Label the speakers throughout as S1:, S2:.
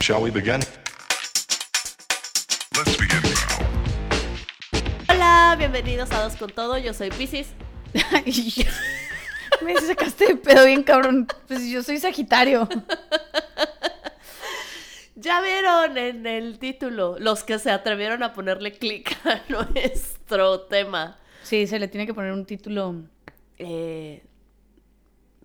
S1: Shall we begin? Let's begin now.
S2: Hola, bienvenidos a Dos con Todo, yo soy Pisces.
S3: Y yo- Me sacaste de pedo bien, cabrón. Pues yo soy Sagitario.
S2: Ya vieron en el título los que se atrevieron a ponerle clic a nuestro tema.
S3: Sí, se le tiene que poner un título.
S2: Eh,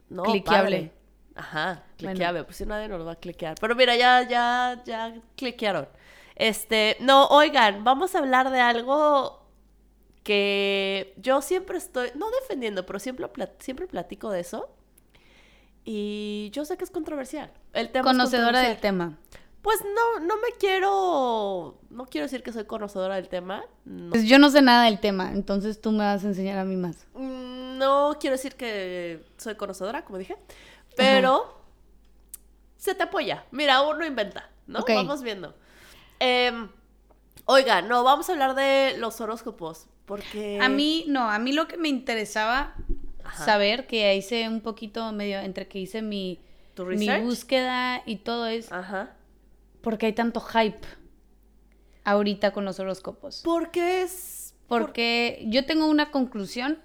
S2: no,
S3: Cliqueable.
S2: padre. Ajá, cliqueable, pues si nadie nos va a cliquear. Pero mira, ya, ya, ya cliquearon. Este, no, oigan, vamos a hablar de algo que yo siempre estoy, no defendiendo, pero siempre, plat- siempre platico de eso. Y yo sé que es controversial. El tema es
S3: Conocedora
S2: controversial.
S3: del tema.
S2: Pues no, no me quiero. No quiero decir que soy conocedora del tema. No,
S3: Pues yo no sé nada del tema, entonces tú me vas a enseñar a mí más.
S2: Mm, no quiero decir que soy conocedora, como dije. Pero se te apoya. Mira, uno inventa, ¿no?
S3: Ok.
S2: Vamos viendo. Em, oiga, no, vamos a hablar de los horóscopos. Porque.
S3: A mí, no, a mí lo que me interesaba
S2: Ajá.
S3: saber, que ya hice un poquito medio entre que hice mi,
S2: ¿Tu
S3: mi
S2: research?
S3: búsqueda y todo es,
S2: Ajá.
S3: ¿por qué hay tanto hype ahorita con los horóscopos?
S2: Porque es.
S3: Porque yo tengo una conclusión,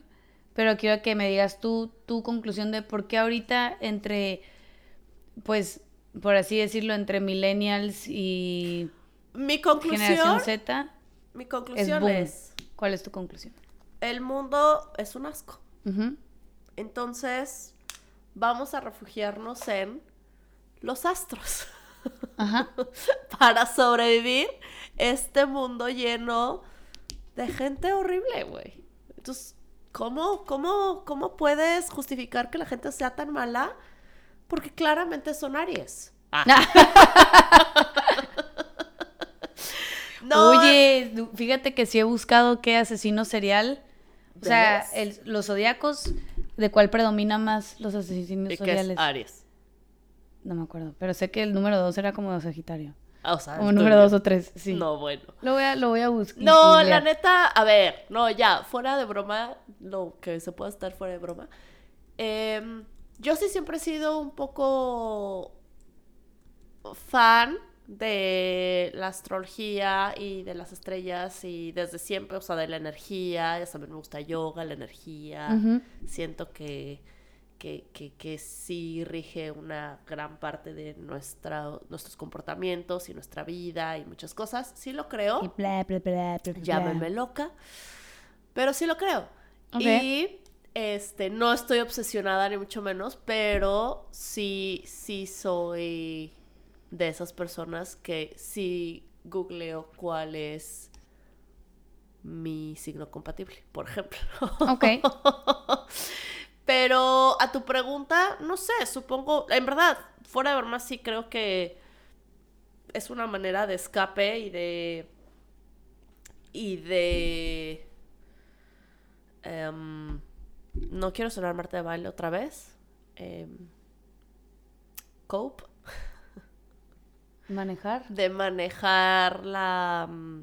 S3: pero quiero que me digas tú tu conclusión de por qué ahorita entre, pues, por así decirlo, entre millennials y
S2: Mi conclusión.
S3: generación Z,
S2: Mi
S3: es
S2: conclusión
S3: boom.
S2: es.
S3: ¿Cuál es tu conclusión?
S2: El mundo es un asco.
S3: Ujú.
S2: Entonces, vamos a refugiarnos en los astros
S3: Ajá.
S2: para sobrevivir este mundo lleno de gente horrible, güey. Entonces, ¿cómo, cómo, ¿cómo puedes justificar que la gente sea tan mala? Porque claramente son Aries. Ah. eh.
S3: Oye, du- fíjate que sí he buscado qué asesino serial, o sea,
S2: ¿Ves?
S3: el- los zodiacos, ¿de cuál predomina más los asesinos
S2: ¿y qué es Ah.
S3: seriales?
S2: Aries?
S3: No me acuerdo, pero sé que el número dos era como de Sagitario,
S2: Ah, o sea,
S3: o
S2: es
S3: número
S2: tuyo.
S3: dos o tres, sí.
S2: No, bueno.
S3: Lo voy a, lo voy a buscar.
S2: No, la neta, a ver, no, ya, fuera de broma, lo que se pueda estar fuera de broma. em, yo sí siempre he sido un poco fan de la astrología y de las estrellas y desde siempre, o sea, de la energía, ya saben, me gusta yoga, la energía,
S3: Ujú.
S2: siento que, que, que, que sí rige una gran parte de nuestra, nuestros comportamientos y nuestra vida y muchas cosas, sí lo creo.
S3: Y bla, bla, bla, bla, bla,
S2: Llámeme
S3: bla.
S2: Este, loca. Pero sí lo creo.
S3: Ok.
S2: Y este, no estoy obsesionada ni mucho menos, pero sí, sí soy de esas personas que sí googleo cuál es mi signo compatible, por ejemplo.
S3: Ok.
S2: Pero a tu pregunta, no sé, supongo, en verdad, fuera de broma sí creo que es una manera de escape y de y de em, no quiero sonar Marta de baile otra vez. em, cope
S3: Manejar.
S2: de manejar la mm,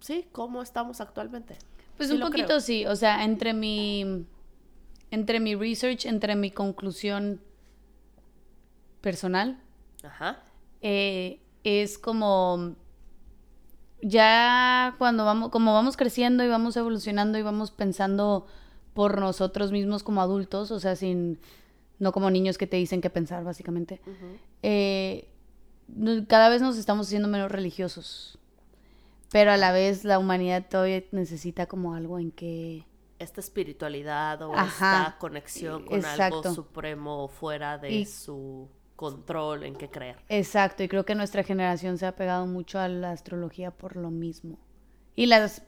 S2: sí, cómo estamos actualmente.
S3: Pues
S2: Sí
S3: un
S2: lo
S3: poquito
S2: creo.
S3: sí, o sea, entre mi entre mi research, entre mi conclusión personal,
S2: Ajá.
S3: eh, es como ya cuando vamos, como vamos creciendo y vamos evolucionando y vamos pensando por nosotros mismos como adultos, o sea, sin, no como niños que te dicen qué pensar, básicamente.
S2: Ujú.
S3: eh, no- cada vez nos estamos haciendo menos religiosos. Pero a la vez la humanidad todavía necesita como algo en que...
S2: esta espiritualidad o
S3: Ajá,
S2: esta conexión
S3: e-
S2: con algo
S3: exacto.
S2: supremo fuera de
S3: Y-
S2: su control en que creer.
S3: Exacto, y creo que nuestra generación se ha pegado mucho a la astrología por lo mismo. Y las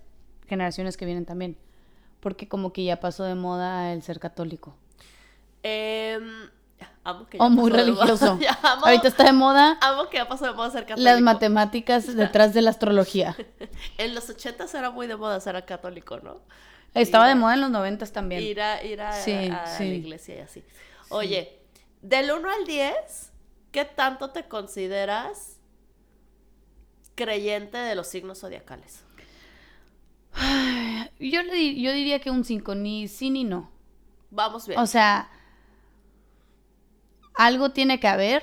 S3: generaciones que vienen también. Porque como que ya pasó de moda el ser católico.
S2: Em, amo que ya
S3: O Oh, muy
S2: pasó de moda-
S3: religioso.
S2: ya amo,
S3: Ahorita está de moda
S2: amo que ya pasó de moda ser católico.
S3: las matemáticas detrás de la astrología.
S2: En los ochentas era muy de moda ser católico, ¿no?
S3: Estaba de
S2: Mira.
S3: moda en los noventas también.
S2: Ir a, ir a,
S3: Sí,
S2: a
S3: sí.
S2: la iglesia y así. Oye, del 1 al 10, ¿qué tanto te consideras creyente de los signos zodiacales?
S3: Yo, le di- yo diría que un 5, ni sí ni no.
S2: Vamos bien.
S3: O sea, algo tiene que haber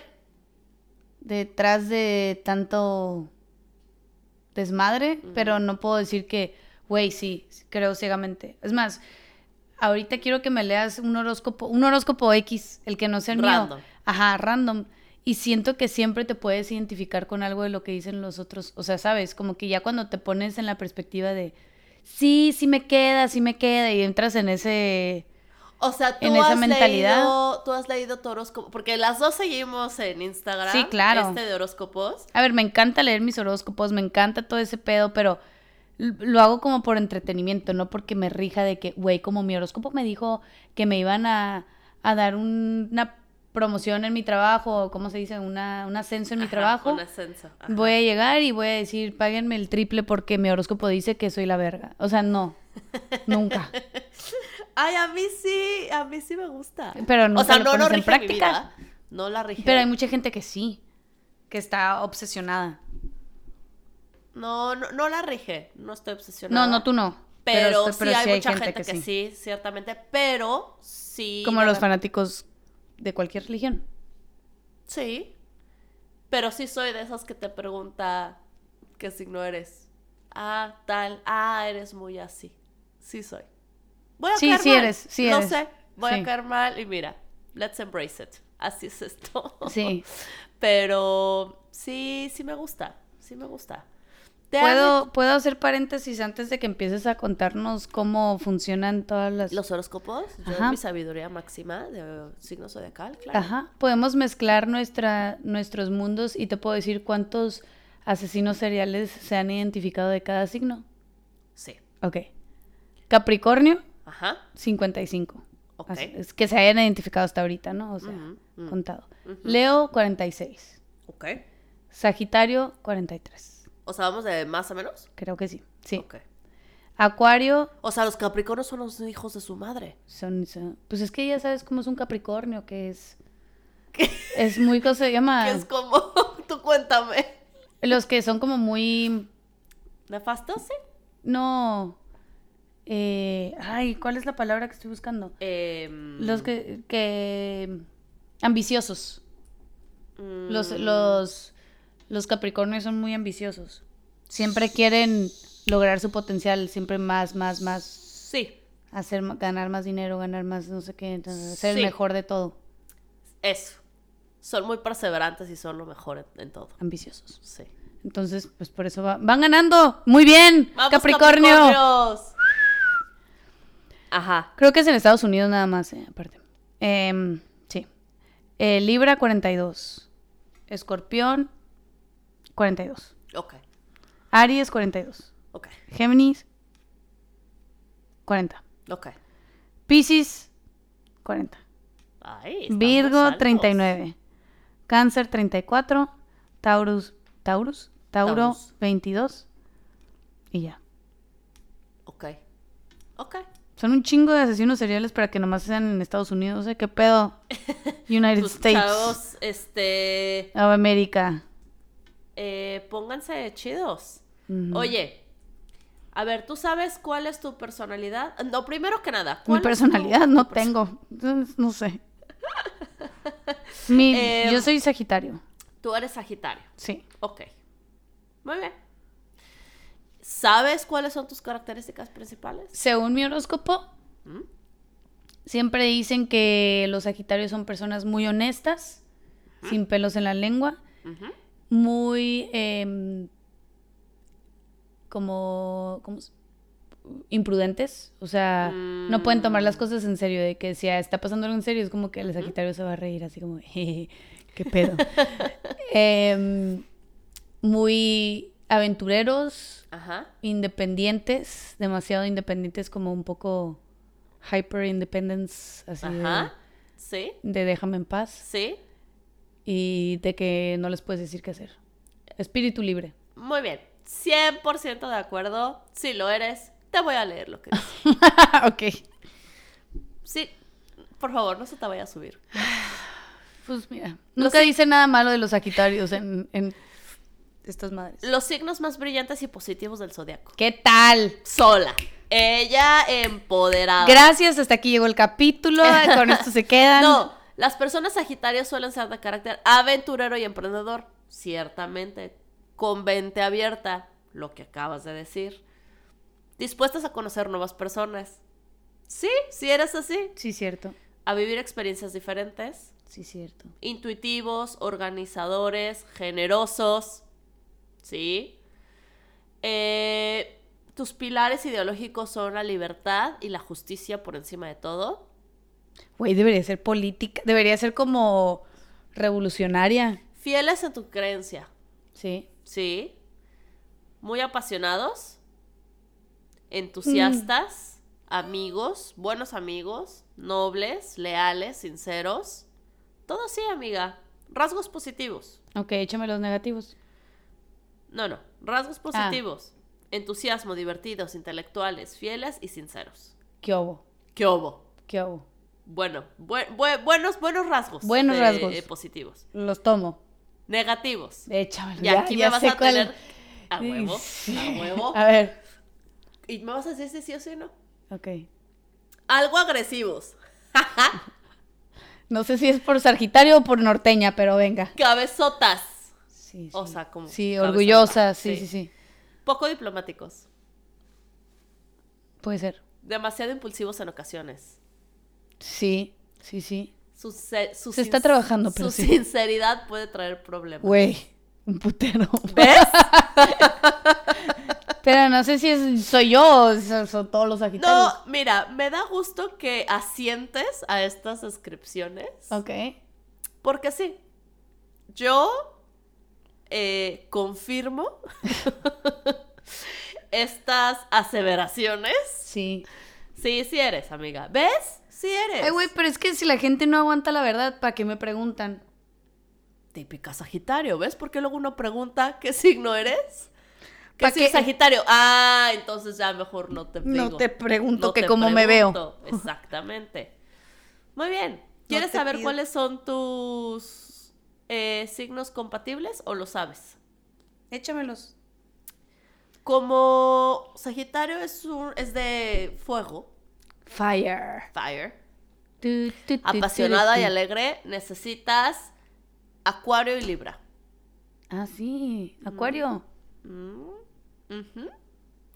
S3: detrás de tanto desmadre, pero no puedo decir que, güey, sí, creo ciegamente. Es más, ahorita quiero que me leas un horóscopo, un horóscopo X, el que no sea el
S2: Random.
S3: mío. Ajá, random. Y siento que siempre te puedes identificar con algo de lo que dicen los otros. O sea, sabes, como que ya cuando te pones en la perspectiva de, sí, sí me queda, sí me queda, y entras en ese...
S2: O sea, tú
S3: En esa
S2: has
S3: mentalidad.
S2: leído, tú has leído tu horóscopo, porque las dos seguimos en Instagram.
S3: Sí, claro.
S2: Este de horóscopos.
S3: A ver, me encanta leer mis horóscopos, me encanta todo ese pedo, pero l- lo hago como por entretenimiento, no porque me rija de que, güey, como mi horóscopo me dijo que me iban a, a dar un- una promoción en mi trabajo, o ¿cómo se dice? Una, un ascenso en mi
S2: Ajá,
S3: trabajo.
S2: Un ascenso. ajá.
S3: Voy a llegar y voy a decir, páguenme el triple porque mi horóscopo dice que soy la verga. O sea, no, nunca.
S2: Ay, a mí sí, a mí sí me gusta.
S3: Pero nunca
S2: o sea,
S3: lo
S2: no lo
S3: pones en
S2: rige mi
S3: práctica.
S2: vida, No la rige.
S3: Pero hay mucha gente que sí, que está obsesionada.
S2: No, no, no la rige. No estoy
S3: No,
S2: obsesionada.
S3: no, tú no.
S2: Pero,
S3: este-
S2: sí, hay, mucha gente, que, sí. ciertamente. Pero sí.
S3: Como
S2: de
S3: los
S2: rep-
S3: fanáticos de cualquier religión.
S2: Sí. Pero sí soy de esas que te pregunta qué signo eres. Ah, tal. Ah, eres muy así. Sí soy. Voy a
S3: Sí,
S2: caer
S3: sí
S2: mal.
S3: eres, sí
S2: Lo
S3: eres.
S2: sé. Voy
S3: Sí.
S2: a caer mal y mira, let's embrace it. Así es esto.
S3: Sí.
S2: Pero sí, sí me gusta. Sí me gusta. ¿Te han
S3: ¿Puedo, ¿Puedo hacer paréntesis antes de que empieces a contarnos cómo funcionan todas las...
S2: hecho Los horóscopos, yo
S3: pues Ajá.
S2: mi sabiduría máxima de signo zodiacal, claro.
S3: Ajá. Podemos mezclar nuestra, nuestros mundos y te puedo decir cuántos asesinos seriales se han identificado de cada signo.
S2: Sí.
S3: Ok. Capricornio,
S2: Ajá.
S3: 55.
S2: Ok.
S3: Así- Es que se hayan identificado hasta ahorita, ¿no? O sea,
S2: Ujú, ujú.
S3: contado.
S2: Ujú.
S3: Leo, 46.
S2: Ok.
S3: Sagitario, 43.
S2: O sea, vamos de más a menos.
S3: Creo que sí. Sí.
S2: Ok.
S3: Acuario,
S2: O sea, los Capricornios son los hijos de su madre.
S3: Son, son- pues es que ya sabes cómo es un Capricornio, que es. Es muy, ¿cómo se llama?
S2: Que es como, tú cuéntame.
S3: Los que son como muy.
S2: ¿Nefastos? Sí.
S3: No. eh, ay, ¿cuál es la palabra que estoy buscando?
S2: Em,
S3: Los que. que ambiciosos.
S2: mm,
S3: Los, los, los Capricornios son muy ambiciosos. Siempre quieren lograr su potencial, siempre más, más, más.
S2: Sí,
S3: Hacer, ganar más dinero, ganar más, no sé qué, ser
S2: Sí.
S3: el mejor de todo.
S2: eso. Son muy perseverantes y son lo mejor en, en todo.
S3: Ambiciosos.
S2: Sí.
S3: Entonces, pues por eso va- van ganando. Muy bien,
S2: ¡Vamos,
S3: Capricornio.
S2: Capricornios! Ajá.
S3: Creo que es en Estados Unidos nada más, eh, aparte. Em, sí. Eh, Libra 42. Escorpión 42.
S2: Ok,
S3: Aries 42.
S2: ok,
S3: Géminis 40.
S2: ok.
S3: Piscis 40.
S2: Ay, estamos
S3: Virgo
S2: altos.
S3: 39. Cáncer 34. Taurus. Taurus. Tauro
S2: Taurus.
S3: 22. Y ya.
S2: Ok, ok.
S3: Son un chingo de asesinos seriales para que nomás sean en Estados Unidos. ¿eh? ¿Qué pedo? United
S2: Pues,
S3: States
S2: chavos, este,
S3: of America.
S2: eh, pónganse chidos.
S3: Ujú.
S2: Oye, a ver, ¿tú sabes cuál es tu personalidad? No, primero que nada. ¿cuál
S3: Mi
S2: es tu-
S3: personalidad no
S2: tu perso-
S3: tengo. No sé. Mi-
S2: Eh,
S3: yo soy Sagitario.
S2: Tú eres Sagitario.
S3: Sí.
S2: Ok. Muy bien. ¿Sabes cuáles son tus características principales?
S3: Según mi horóscopo,
S2: ¿Mm?
S3: siempre dicen que los Sagitarios son personas muy honestas, sin pelos en la lengua,
S2: ¿Mm? Ujú.
S3: muy em, como ¿cómo se- imprudentes, o sea, no pueden tomar
S2: Mm.
S3: las cosas en serio, de que si ah, está pasando algo en serio es como que el Sagitario se va a reír así como, jeje, qué pedo. Em, muy aventureros,
S2: Ajá.
S3: independientes, demasiado independientes, como un poco hyper independence, así de-
S2: Ajá. Sí,
S3: de déjame en paz
S2: sí.
S3: y de que no les puedes decir qué hacer. Espíritu libre.
S2: Muy bien. 100% de acuerdo. Si lo eres, te voy a leer lo que dice.
S3: ok.
S2: Sí. Por favor, no se te vaya a subir.
S3: Pues mira,
S2: Los
S3: nunca
S2: sig-
S3: dice nada malo de los Sagitarios en, en estas madres.
S2: Los signos más brillantes y positivos del zodiaco.
S3: ¿Qué tal?
S2: Sola. Ella
S3: Ah.
S2: empoderada.
S3: Gracias, hasta aquí llegó el capítulo. Con esto se quedan.
S2: No, las personas sagitarias suelen ser de carácter aventurero y emprendedor. ciertamente, con mente abierta, lo que acabas de decir, dispuestas a conocer nuevas personas. Sí, sí eres así,
S3: Sí, cierto.
S2: a vivir experiencias diferentes,
S3: Sí, cierto.
S2: intuitivos, organizadores, generosos, ¿sí? Eh, tus pilares ideológicos son la libertad y la justicia por encima de todo.
S3: Güey, debería ser política, debería ser como revolucionaria.
S2: Fieles a tu creencia,
S3: Sí.
S2: ¿sí? Muy apasionados, entusiastas,
S3: Mm.
S2: amigos, buenos amigos, nobles, leales, sinceros. Todo sí, amiga. Rasgos positivos.
S3: Ok, échame los negativos.
S2: No, no.
S3: Ah.
S2: Rasgos positivos. Entusiasmo, divertidos, intelectuales, fieles y sinceros.
S3: ¿Qué hubo?
S2: ¿Qué hubo?
S3: ¿Qué hubo?
S2: Bueno, bue- bue- buenos, buenos rasgos.
S3: Buenos
S2: eh,
S3: rasgos.
S2: Positivos.
S3: Los tomo.
S2: Negativos.
S3: Échamelos.
S2: y aquí
S3: ya
S2: me vas
S3: sé
S2: a
S3: cuál-
S2: tener... A huevo,
S3: Sí.
S2: a huevo.
S3: A ver.
S2: Y me vas a decir si sí o si no.
S3: Ok.
S2: Algo agresivos.
S3: No sé si es por Sagitario o por norteña, pero venga.
S2: Cabezotas.
S3: Sí,
S2: O sea, como
S3: Sí,
S2: cabezona.
S3: orgullosa, sí, sí,
S2: Sí.
S3: sí.
S2: Poco diplomáticos.
S3: Puede ser.
S2: Demasiado impulsivos en ocasiones.
S3: Sí, sí, sí.
S2: Su se- su
S3: Se está
S2: sin-
S3: trabajando, pero
S2: Su
S3: sí.
S2: sinceridad puede traer problemas.
S3: Güey, un putero.
S2: ¿Ves?
S3: Pero no sé si es- soy yo o son, son todos los
S2: No,
S3: Sagitarios.
S2: mira, me da gusto que asientes a estas descripciones.
S3: Ok.
S2: Porque sí. Yo eh, confirmo estas aseveraciones.
S3: Sí.
S2: Sí, sí eres, amiga. ¿Ves? Sí eres.
S3: Ay, güey, pero es que si la gente no aguanta la verdad, ¿para qué me preguntan?
S2: Típica Sagitario, ¿ves? Porque luego uno pregunta qué signo eres. ¿Qué
S3: ¿Pa'
S2: signo
S3: qué?
S2: Sagitario? Ah, entonces ya mejor no te digo.
S3: No te pregunto
S2: No
S3: que
S2: te
S3: cómo me veo.
S2: pregunto. Exactamente. Muy bien. ¿Quieres
S3: te
S2: saber
S3: pido.
S2: cuáles son tus eh, signos compatibles o lo sabes?
S3: Échamelos.
S2: Como Sagitario es un es de fuego,
S3: Fire.
S2: fire,
S3: Tu, tu, tu,
S2: apasionada
S3: tu,
S2: y
S3: tu.
S2: alegre, necesitas Acuario y Libra.
S3: Ah, sí. Acuario.
S2: Mm, ujú.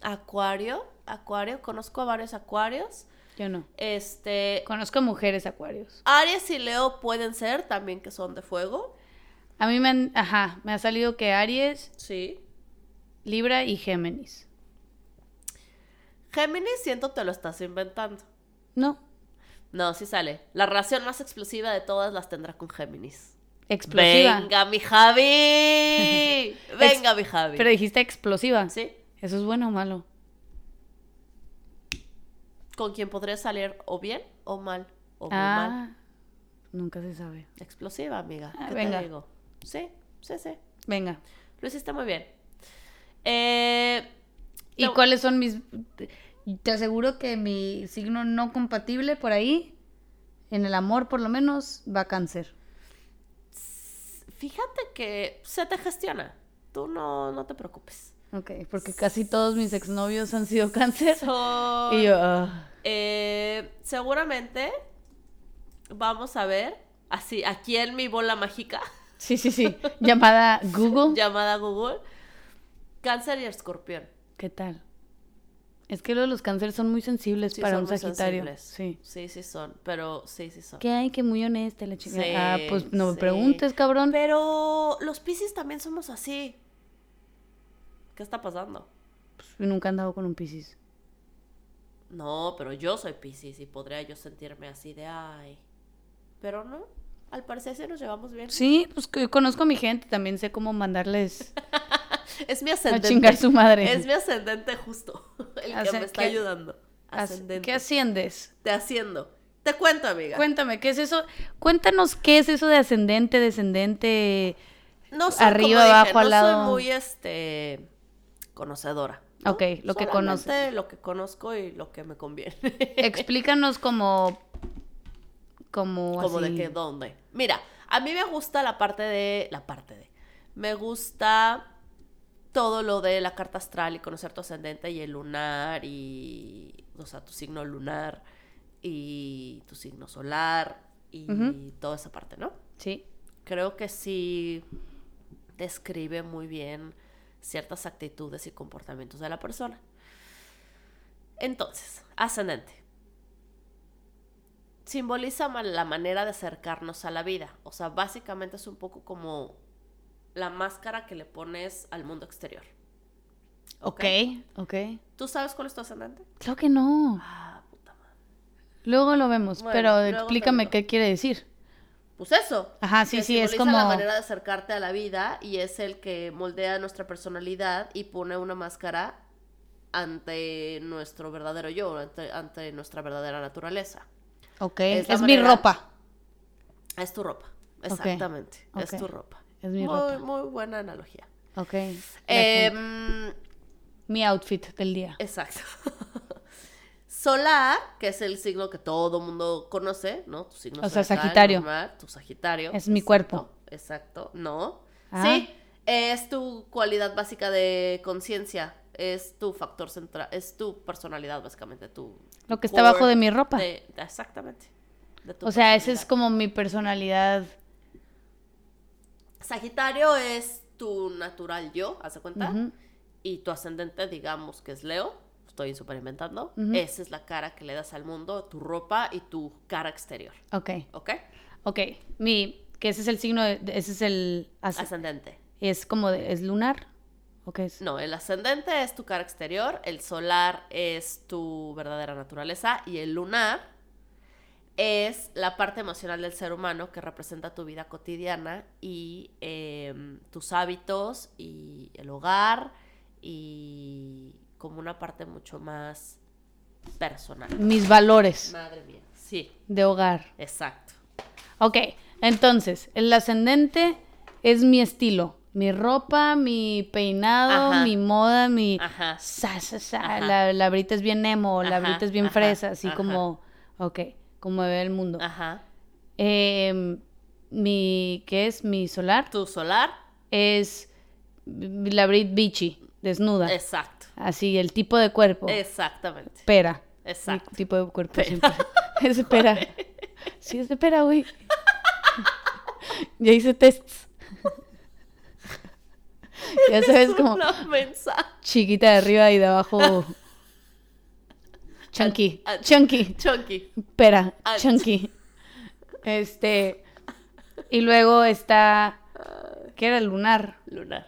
S2: Acuario, Acuario, conozco a varios Acuarios.
S3: Yo no.
S2: Este,
S3: Conozco mujeres acuarios.
S2: Aries y Leo pueden ser también que son de fuego.
S3: A mí me han, ajá, me ha salido que Aries,
S2: Sí.
S3: Libra y Géminis.
S2: Géminis, siento te lo estás inventando.
S3: No,
S2: No, sí sale. La relación más explosiva de todas las tendrá con Géminis.
S3: explosiva.
S2: Venga, mi Javi. Venga, mi Javi.
S3: Pero dijiste explosiva.
S2: ¿Sí?
S3: ¿Eso es bueno o malo?
S2: Con quien podría salir o bien o mal. O muy mal.
S3: Ah, nunca se sabe.
S2: Explosiva, amiga.
S3: Ah,
S2: ¿Qué
S3: venga.
S2: te digo? Sí, sí, sí.
S3: Venga.
S2: Lo hiciste muy bien. Eh,
S3: ¿Y
S2: No.
S3: cuáles son mis...? Te aseguro que mi signo no compatible por ahí, en el amor por lo menos, va a cáncer.
S2: fíjate que se te gestiona. Tú no, no te preocupes.
S3: Ok, porque casi todos mis exnovios han sido cáncer.
S2: Son,
S3: Y yo, ah,
S2: eh, seguramente vamos a ver, así, aquí en mi bola mágica,
S3: sí, sí, sí. Llamada Google.
S2: llamada Google, cáncer y escorpión.
S3: ¿Qué tal? Es que lo de los cánceres son muy sensibles
S2: Sí,
S3: para
S2: son
S3: un
S2: muy
S3: sagitario.
S2: sensibles.
S3: Sí.
S2: Sí, sí son, pero sí, sí son.
S3: Que hay que muy honesta la chingada.
S2: Sí,
S3: ah, pues no me
S2: sí.
S3: preguntes, cabrón.
S2: Pero los piscis también somos así. ¿Qué está pasando?
S3: Pues, nunca he andado con un piscis.
S2: No, pero yo soy Piscis y podría yo sentirme así de ay. Pero no, al parecer sí nos llevamos bien.
S3: Sí, pues que yo conozco a mi gente, también sé cómo mandarles
S2: Es mi
S3: a
S2: ascendente.
S3: chingar su madre.
S2: Es mi ascendente justo, el que
S3: O sea,
S2: me está
S3: ¿qué-
S2: ayudando.
S3: As-
S2: Ascendente.
S3: ¿Qué asciendes?
S2: Te haciendo. Te cuento, amiga.
S3: Cuéntame, ¿qué es eso? Cuéntanos qué es eso de ascendente, descendente.
S2: no soy, como
S3: arriba,
S2: dije,
S3: abajo, al
S2: No
S3: lado.
S2: soy muy este conocedora. ¿no?
S3: Ok, lo que
S2: Solamente
S3: conoces.
S2: Lo que conozco y lo que me conviene.
S3: Explícanos como. Como,
S2: como de
S3: así.
S2: que dónde. Mira, a mí me gusta la parte de la parte de. Me gusta todo lo de la carta astral y conocer tu ascendente y el lunar y o sea, tu signo lunar y tu signo solar y
S3: Ujú.
S2: toda esa parte, ¿no?
S3: Sí.
S2: Creo que sí describe muy bien ciertas actitudes y comportamientos de la persona. Entonces, ascendente. Simboliza ma- la manera de acercarnos a la vida. O sea, básicamente es un poco como la máscara que le pones al mundo exterior.
S3: Ok, ok.
S2: ¿Tú sabes cuál es tu ascendente?
S3: Creo que no.
S2: Ah, puta madre.
S3: Luego lo vemos,
S2: Bueno,
S3: pero
S2: luego te
S3: explícame
S2: digo.
S3: qué quiere decir.
S2: Pues eso.
S3: Ajá, sí,
S2: que
S3: sí, es
S2: simboliza la
S3: como-
S2: manera de acercarte a la vida y es el que moldea nuestra personalidad y pone una máscara ante nuestro verdadero yo, ante, ante nuestra verdadera naturaleza.
S3: Ok,
S2: Es
S3: es,
S2: la
S3: mi
S2: manera-
S3: ropa.
S2: Es tu ropa, exactamente.
S3: ok.
S2: Es tu ropa.
S3: Es mi
S2: muy,
S3: ropa.
S2: Muy buena analogía.
S3: Ok.
S2: Em,
S3: Perfecto. mi outfit del día.
S2: exacto. Solar, que es el signo que todo mundo conoce, ¿no? Tu signo
S3: O sea,
S2: zodiacal,
S3: Sagitario.
S2: normal, tu Sagitario.
S3: Es mi
S2: exacto,
S3: cuerpo.
S2: Exacto, no.
S3: Ah.
S2: Sí, es tu cualidad básica de conciencia, es tu factor central, es tu personalidad básicamente, tu...
S3: Lo que
S2: tu
S3: está
S2: core
S3: abajo de mi ropa.
S2: de- exactamente. de tu
S3: o sea, esa es
S2: personalidad.
S3: como mi personalidad.
S2: Sagitario es tu natural yo, ¿hace cuenta?
S3: Ujú.
S2: Y tu ascendente, digamos que es Leo, estoy súper inventando.
S3: Ujú.
S2: Esa es la cara que le das al mundo, tu ropa y tu cara exterior,
S3: Ok,
S2: ¿ok?
S3: ok. Mi, que ese es el signo, de, de- ese es el, as-
S2: Ascendente.
S3: es como, de- es lunar. Ok, es-
S2: No, el ascendente es tu cara exterior, el solar es tu verdadera naturaleza y el lunar es la parte emocional del ser humano que representa tu vida cotidiana y em, tus hábitos y el hogar y como una parte mucho más personal.
S3: mis valores
S2: Madre mía. Sí,
S3: de hogar.
S2: exacto.
S3: Ok, entonces, el ascendente es mi estilo. Mi ropa, mi peinado,
S2: Ajá.
S3: mi moda, mi...
S2: Ajá.
S3: sa, sa, sa,
S2: Ajá.
S3: La, la brita es bien emo, la
S2: Ajá,
S3: brita es bien
S2: ajá,
S3: fresa, así
S2: ajá. Ah.
S3: como, ok, como ve el mundo.
S2: Ajá.
S3: Em, mi, ¿qué es? Mi solar
S2: Tu solar,
S3: es la Brit Bichi, desnuda.
S2: exacto.
S3: Así, el tipo de cuerpo.
S2: Exactamente.
S3: Pera.
S2: Exacto.
S3: Mi tipo de cuerpo
S2: Pera.
S3: siempre. Es pera. Sí, es de pera, güey. Ya hice tests. Ya sabes, como
S2: Una mensaje.
S3: chiquita de arriba y de abajo. Chunky.
S2: Ah, ah,
S3: Chunky.
S2: Chunky.
S3: Pera.
S2: Ah,
S3: Chunky. Este. Y luego está. ¿Qué era? Lunar.
S2: Lunar.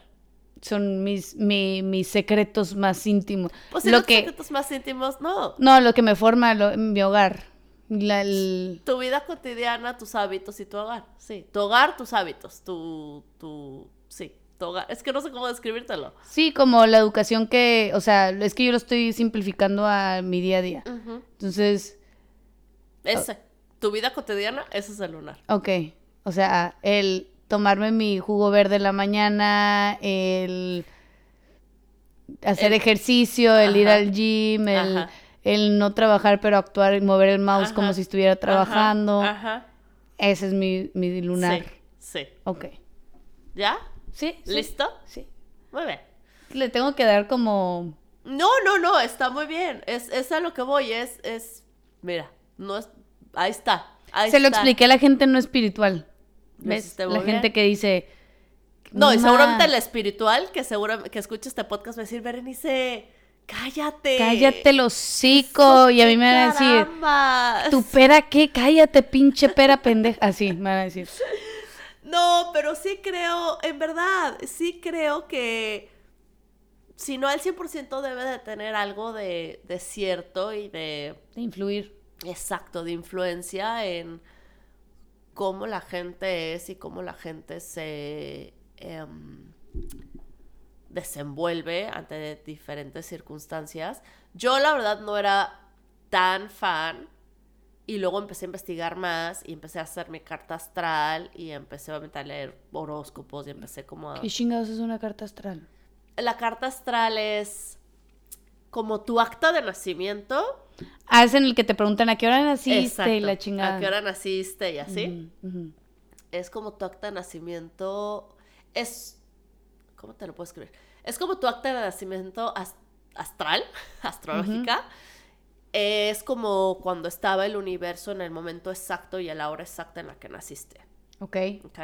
S3: son mis, mi- mis secretos más íntimos.
S2: Pues si
S3: lo
S2: los
S3: que,
S2: secretos más íntimos, no.
S3: no, lo que me forma lo- mi hogar. La- el-
S2: Tu vida cotidiana, tus hábitos y tu hogar. Sí, tu hogar, tus hábitos, tu, tu, sí, tu hogar. Es que no sé cómo describírtelo.
S3: sí, como la educación que, o sea, es que yo lo estoy simplificando a mi día a día.
S2: Ujú.
S3: Entonces,
S2: Ese, tu vida cotidiana, ese es el lunar.
S3: ok, o sea, el tomarme mi jugo verde en la mañana, el hacer
S2: El-
S3: ejercicio, el ir
S2: Ajá.
S3: al gym, el,
S2: Ajá.
S3: el no trabajar pero actuar y mover el mouse como
S2: Ajá.
S3: si estuviera trabajando.
S2: Ajá. ajá.
S3: Ese es mi, mi lunar.
S2: Sí, sí.
S3: Ok.
S2: ¿Ya?
S3: Sí, sí.
S2: ¿Listo?
S3: Sí.
S2: Muy bien.
S3: Le tengo que dar como.
S2: No, no, no, está muy bien. Es, es a lo que voy, es, es, mira, no es, ahí está. Ahí
S3: Se lo
S2: está.
S3: expliqué a la gente no espiritual.
S2: Lo
S3: ¿Ves?
S2: hiciste
S3: La
S2: muy bien.
S3: gente que dice.
S2: No, y
S3: "Ma,
S2: seguramente el espiritual que seguro que escucha este podcast va a decir, Berenice, cállate.
S3: Cállate el hocico. Y a mí me van a decir.
S2: Caramba.
S3: ¿Tu pera qué? Cállate, pinche pera pendeja. Así me van a decir.
S2: No, pero sí creo, en verdad, sí creo que si no al 100% debe de tener algo de, de cierto y de
S3: De influir.
S2: exacto, de influencia en cómo la gente es y cómo la gente se em, desenvuelve ante diferentes circunstancias. Yo la verdad no era tan fan y luego empecé a investigar más y empecé a hacer mi carta astral y empecé obviamente a leer horóscopos y empecé como a...
S3: ¿Qué chingados es una carta astral?
S2: La carta astral es como tu acta de nacimiento.
S3: Ah, es en el que te preguntan a qué hora naciste y
S2: Exacto.
S3: la chingada.
S2: ¿A qué hora naciste y así?
S3: Ujú, ujú.
S2: Es como tu acta de nacimiento. Es. ¿Cómo te lo puedo escribir? Es como tu acta de nacimiento as- astral, astrológica. Es como cuando estaba el universo en el momento exacto y a la hora exacta en la que naciste.
S3: Ok.
S2: ¿Ok?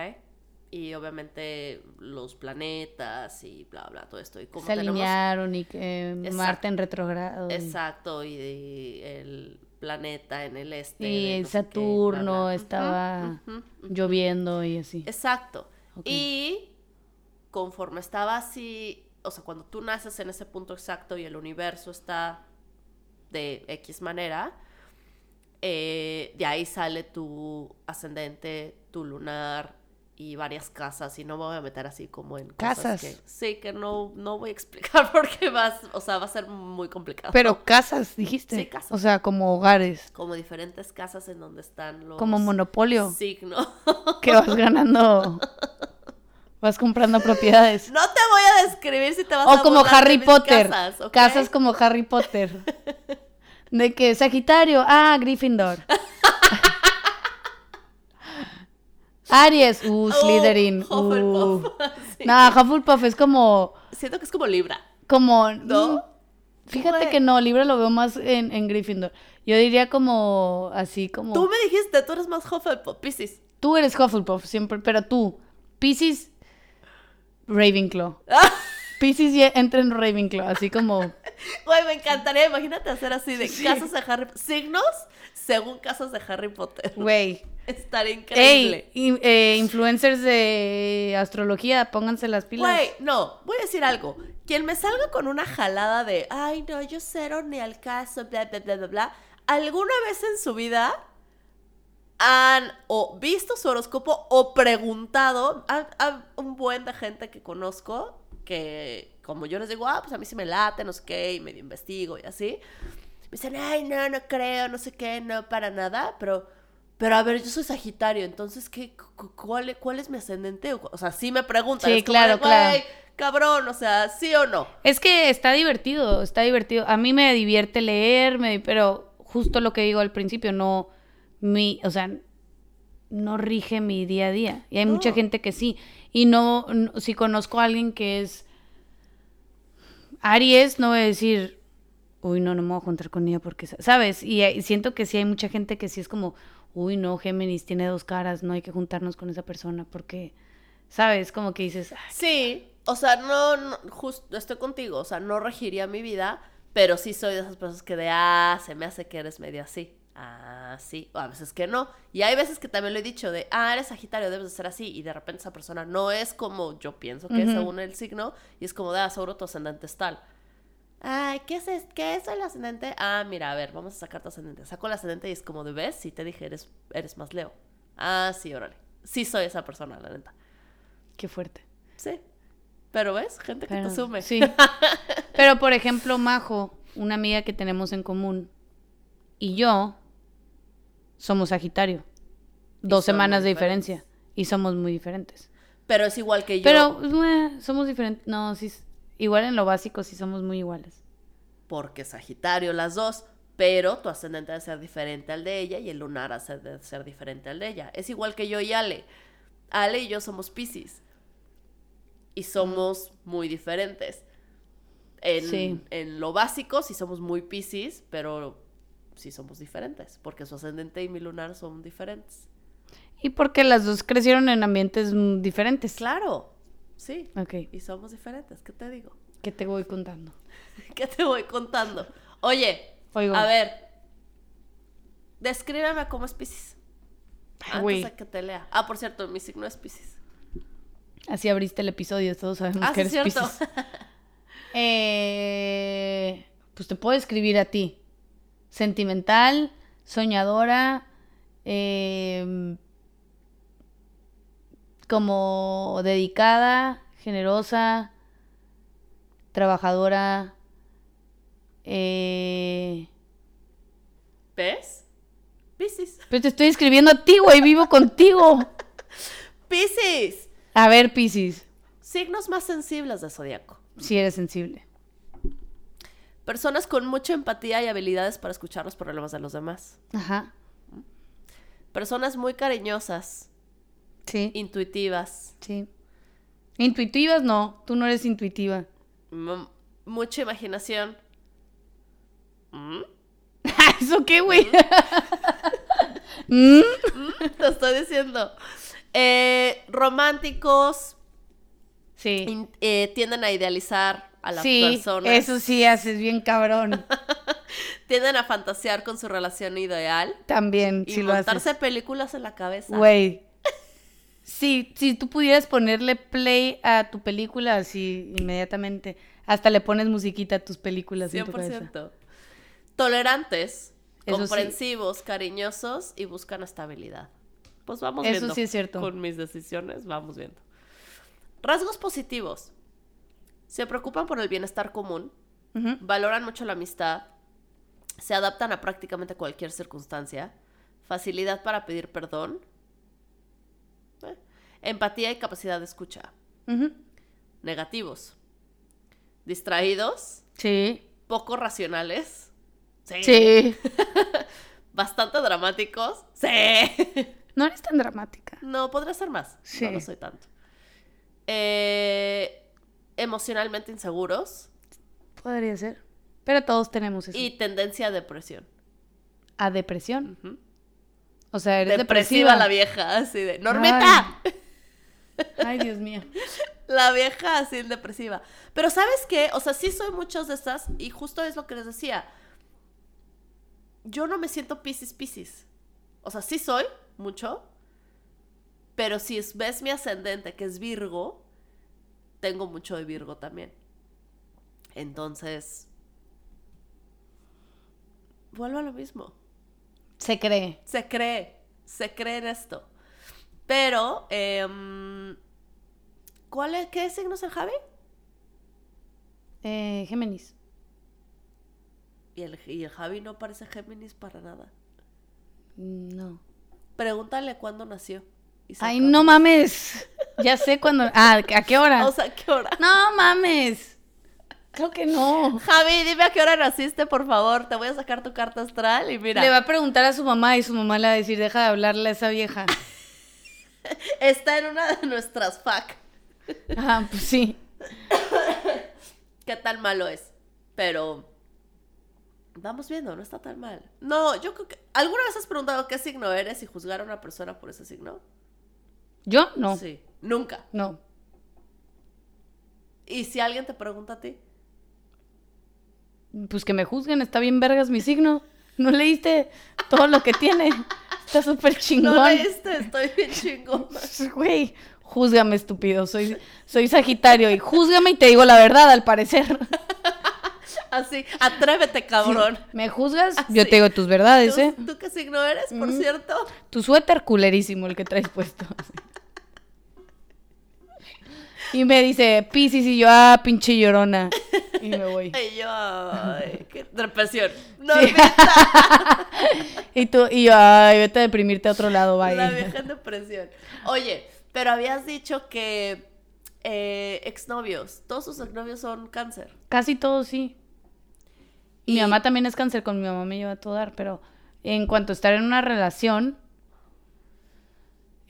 S2: y obviamente los planetas y bla, bla, todo esto. Y como
S3: se
S2: tenemos-
S3: alinearon y que eh,
S2: Exacto.
S3: Marte en retrogrado. y-
S2: Exacto, y, y el planeta en el este.
S3: Y
S2: de
S3: en
S2: no sé qué,
S3: Saturno
S2: bla, bla.
S3: estaba
S2: Ujú, ujú, ujú.
S3: lloviendo y así.
S2: Exacto.
S3: Ok.
S2: Y conforme estaba así, o sea, cuando tú naces en ese punto exacto y el universo está de X manera, eh, de ahí sale tu ascendente, tu lunar y varias casas. Y no me voy a meter así como en cosas
S3: Casas.
S2: que- sí, que no, no voy a explicar porque vas, o sea, va a ser muy complicado.
S3: Pero casas, dijiste.
S2: Sí, casas.
S3: O sea, como hogares,
S2: como diferentes casas en donde están los
S3: como monopolio,
S2: signos.
S3: que vas ganando, vas comprando propiedades.
S2: No te voy a describir si te vas a
S3: O como
S2: burlar de
S3: Harry
S2: mis
S3: Potter.
S2: Casas, ¿ok?
S3: casas como Harry Potter. De que Sagitario, ah, Gryffindor. Aries, uh,
S2: Uh,
S3: Slytherin.
S2: Hufflepuff,
S3: uh.
S2: sí.
S3: No, Hufflepuff es como,
S2: Siento que es como Libra.
S3: como,
S2: ¿No?
S3: mm, Fíjate
S2: Güey.
S3: que no, Libra lo veo más en, en Gryffindor. Yo diría como, así como,
S2: Tú
S3: tú,
S2: me dijiste, tú eres más Hufflepuff, Pisces.
S3: eres Hufflepuff siempre, pero tú, Pisces, Ravenclaw. Pisces ya entra en Ravenclaw, así como,
S2: Güey, me encantaría, imagínate hacer así de casas de Harry Signos según casas de Harry Potter.
S3: güey.
S2: Estaría increíble.
S3: Ey, in- eh, influencers de astrología, pónganse las pilas.
S2: Güey, no, voy a decir algo. Quien me salga con una jalada de, ay, no, yo cero ni al caso, bla, bla, bla, bla, bla, ¿alguna vez en su vida han o visto su horóscopo o preguntado a, a un buen de gente que conozco que, como yo les digo, ah, pues a mí sí me late, no sé qué, y medio investigo y así? Me dicen, ay, no, no creo, no sé qué, no, para nada, pero, pero a ver, yo soy Sagitario, entonces, ¿qué, cu- cuál, cuál es mi ascendente? O sea, sí me preguntan.
S3: Sí,
S2: es como de,
S3: claro, claro.
S2: "Güey, Cabrón, o sea, ¿sí o no?
S3: Es que está divertido, está divertido. A mí me divierte leerme, pero justo lo que digo al principio, no mi, o sea, no rige mi día a día. Y hay
S2: No.
S3: mucha gente que sí. Y no, no- si conozco a alguien que es Aries, no voy a decir, uy, no, no me voy a juntar con ella porque, sa-", ¿sabes? Y, hay- siento que sí hay mucha gente que sí es como, uy, no, Géminis tiene dos caras, no hay que juntarnos con esa persona porque, ¿sabes? Como que dices, "Ah,
S2: Sí, o sea, no, no justo estoy contigo, o sea, no regiría mi vida, pero sí soy de esas personas que de, ah, se me hace que eres medio así. Ah, sí, o a veces que no. Y hay veces que también lo he dicho de, ah, eres Sagitario, debes de ser así, y de repente esa persona no es como yo pienso que es
S3: Ujú.
S2: según el signo, y es como de, ah, seguro tu ascendente es tal. Ay, ¿qué es, es- ¿qué es el ascendente? Ah, mira, a ver, vamos a sacar tu ascendente. Saco el ascendente y es como de, ves, sí te dije, eres, eres más Leo. Ah, sí, órale. Sí soy esa persona, la neta.
S3: qué fuerte.
S2: Sí. Pero ves, gente que
S3: Pero-
S2: te sume.
S3: Sí. Pero por ejemplo, Majo, una amiga que tenemos en común, y yo somos Sagitario.
S2: Y
S3: Dos
S2: son muy
S3: semanas de
S2: diferentes.
S3: diferencia. Y somos muy diferentes.
S2: Pero es igual que yo.
S3: Pero eh, somos diferentes. No, sí. s- Igual en lo básico sí somos muy iguales.
S2: Porque Sagitario, las dos. Pero tu ascendente ha de ser diferente al de ella y el lunar ha de ser diferente al de ella. Es igual que yo y Ale. Ale y yo somos Pisces. Y somos muy diferentes. En,
S3: Sí.
S2: en lo básico sí somos muy Pisces, pero sí somos diferentes. Porque su ascendente y mi lunar son diferentes.
S3: Y porque las dos crecieron en ambientes mm, diferentes.
S2: Claro, sí.
S3: Ok.
S2: Y somos diferentes, ¿qué te digo?
S3: ¿Qué te voy contando?
S2: ¿Qué te voy contando? Oye,
S3: Oigo.
S2: a ver. Descríbeme cómo es Pisces.
S3: Ay,
S2: Antes
S3: güey,
S2: de que te lea. Ah, por cierto, mi signo es Pisces.
S3: Así abriste el episodio, todos sabemos
S2: Ah,
S3: que
S2: sí, es
S3: eres
S2: cierto.
S3: Piscis. Eh, pues te puedo escribir a ti. Sentimental, soñadora, eh, como dedicada, generosa, trabajadora, eh,
S2: ¿Ves? Pisces.
S3: Pero pues te estoy escribiendo a ti, güey, vivo contigo.
S2: ¡Pisces!
S3: A ver, Piscis,
S2: Signos más sensibles de zodiaco.
S3: si eres sensible.
S2: Personas con mucha empatía y habilidades para escuchar los problemas de los demás.
S3: Ajá,
S2: Personas muy cariñosas,
S3: sí,
S2: intuitivas,
S3: sí. Intuitivas no, tú no eres intuitiva.
S2: m- mucha imaginación. ¿Mm?
S3: ¿Eso qué, güey? Mm,
S2: Te estoy diciendo. Eh, románticos
S3: Sí.
S2: in- eh, tienden a idealizar a las
S3: sí,
S2: personas.
S3: eso sí haces bien cabrón.
S2: Tienden a fantasear con su relación ideal.
S3: También,
S2: Y
S3: si lo haces.
S2: montarse películas en la cabeza.
S3: Güey. Sí, si tú pudieras ponerle play a tu película así inmediatamente, hasta le pones musiquita a tus películas en tu cabeza.
S2: 100%. Tolerantes,
S3: Eso sí.
S2: comprensivos, cariñosos y buscan estabilidad. Pues vamos
S3: Eso
S2: viendo.
S3: sí es cierto.
S2: Con mis decisiones, vamos viendo. Rasgos positivos. Se preocupan por el bienestar común,
S3: Ujú.
S2: valoran mucho la amistad, se adaptan a prácticamente cualquier circunstancia, facilidad para pedir perdón, eh, empatía y capacidad de escucha.
S3: Ujú.
S2: Negativos. Distraídos,
S3: Sí.
S2: poco racionales. Sí.
S3: Sí.
S2: Bastante dramáticos. Sí.
S3: No eres tan dramática.
S2: No, podría ser más.
S3: Sí.
S2: No lo soy tanto. Eh, emocionalmente inseguros
S3: Podría ser. Pero todos tenemos eso.
S2: y tendencia a depresión.
S3: A depresión.
S2: Ujú.
S3: O sea, eres
S2: Depresiva
S3: depresiva.
S2: la vieja, así de. ¡Normeta!
S3: Ay, Dios mío.
S2: La vieja así en depresiva. Pero ¿sabes qué? O sea, sí soy muchas de estas y justo es lo que les decía. Yo no me siento piscis piscis. O sea, sí soy mucho. Pero si es- ves mi ascendente, que es Virgo, tengo mucho de Virgo también. Entonces, vuelvo a lo mismo
S3: Se cree.
S2: se cree, se cree en esto. Pero, em, ¿cuál es, ¿qué signo es el Javi?
S3: Eh, Géminis.
S2: Y el, y el Javi no parece Géminis para nada.
S3: No.
S2: Pregúntale cuándo nació. y se
S3: Ay,
S2: acabó.
S3: no mames. Ya sé cuándo. Ah, ¿a qué hora?
S2: O sea, ¿qué hora?
S3: No mames. Creo que no.
S2: Javi, dime a qué hora naciste, por favor. Te voy a sacar tu carta astral y mira,
S3: Le va a preguntar a su mamá y su mamá le va a decir, deja de hablarle a esa vieja.
S2: está en una de nuestras fac.
S3: Ah, pues sí.
S2: ¿Qué tan malo es? Pero vamos viendo, no está tan mal. No, yo creo que... ¿Alguna vez has preguntado qué signo eres y juzgar a una persona por ese signo?
S3: ¿Yo? No.
S2: Sí, nunca.
S3: No.
S2: Y si alguien te pregunta a ti,
S3: Pues que me juzguen, está bien vergas mi signo. No leíste todo lo que tiene. Está súper chingón.
S2: no leíste, estoy bien chingón.
S3: Güey, júzgame, estúpido. Soy, soy Sagitario y júzgame y te digo la verdad, al parecer.
S2: Así, atrévete, cabrón. Ah,
S3: ¿Me juzgas?
S2: Así.
S3: Yo te digo tus verdades, ¿eh?
S2: ¿Tú, tú qué signo eres, por
S3: Ujú.
S2: cierto?
S3: Tu suéter culerísimo el que traes puesto. Y me dice, Piscis, y yo, ah, pinche llorona. Y me voy.
S2: Y yo, ay, qué depresión. No,
S3: Sí.
S2: olvides
S3: Y tú, y yo, ay, vete a deprimirte a otro lado,
S2: la
S3: bye.
S2: vieja en depresión. Oye, pero habías dicho que eh, exnovios, todos sus exnovios son cáncer.
S3: Casi todo sí. Mi
S2: Y-
S3: mamá también es cáncer, con mi mamá me lleva a todo dar, pero en cuanto a estar en una relación,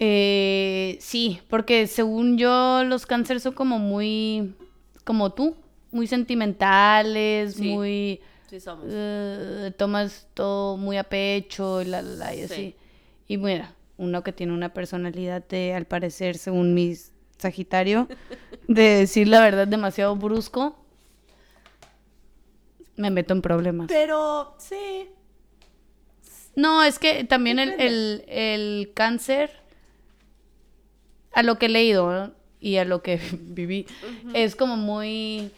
S3: eh, sí, porque según yo los cáncer son como muy, como tú, muy sentimentales,
S2: Sí.
S3: muy...
S2: Sí, somos.
S3: eh, tomas todo muy a pecho y la, la, la, y
S2: Sí.
S3: así. Y mira, uno que tiene una personalidad de, al parecer, según mi Sagitario, de decir la verdad demasiado brusco, me meto en problemas.
S2: Pero, sí.
S3: No, es que también el, el, el cáncer, a lo que he leído ¿no? y a lo que viví, es como muy,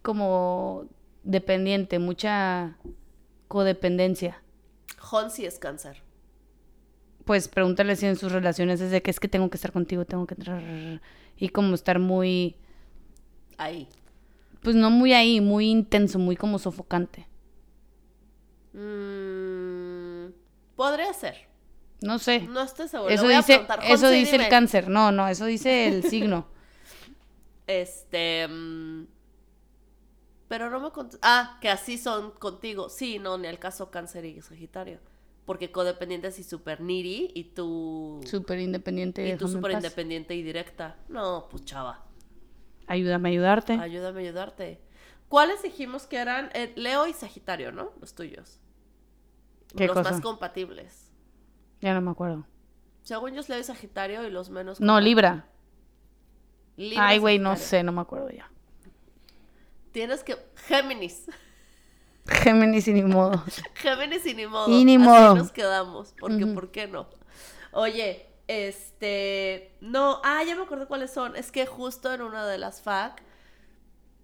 S3: como dependiente, mucha codependencia.
S2: Honsi es cáncer.
S3: Pues pregúntale si en sus relaciones es de que es que tengo que estar contigo, tengo que entrar y como estar muy,
S2: Ahí.
S3: pues no muy ahí, muy intenso, muy como sofocante.
S2: Mm, podría ser.
S3: No sé.
S2: No estoy segura. le
S3: eso
S2: voy a
S3: dice,
S2: preguntar.
S3: eso
S2: Honsi,
S3: dice el
S2: dime.
S3: cáncer. No, no, eso dice el signo.
S2: Este. mm, Pero no me cont- Ah, que así son contigo. Sí, no, ni al caso Cáncer y Sagitario. Porque codependientes y super niri y tú.
S3: Súper independiente.
S2: y tú
S3: déjame en
S2: súper
S3: paz.
S2: independiente y directa. No, pues chava.
S3: Ayúdame a ayudarte.
S2: Ayúdame a ayudarte. ¿Cuáles dijimos que eran? Eh, Leo y Sagitario, ¿no? Los tuyos.
S3: ¿Qué
S2: Los
S3: cosa?
S2: más compatibles.
S3: Ya no me acuerdo.
S2: Según yo es Leo y Sagitario y los menos.
S3: No, Libra.
S2: Libra,
S3: Ay, güey, no
S2: Sagitario.
S3: sé, no me acuerdo ya.
S2: Tienes que. Géminis.
S3: Géminis y ni modo.
S2: Géminis y ni modo.
S3: Y ni
S2: Así
S3: modo.
S2: nos quedamos. Porque,
S3: Ujú.
S2: ¿por qué no? Oye, este. No, ah, ya me acordé cuáles son. Es que justo en una de las FAC,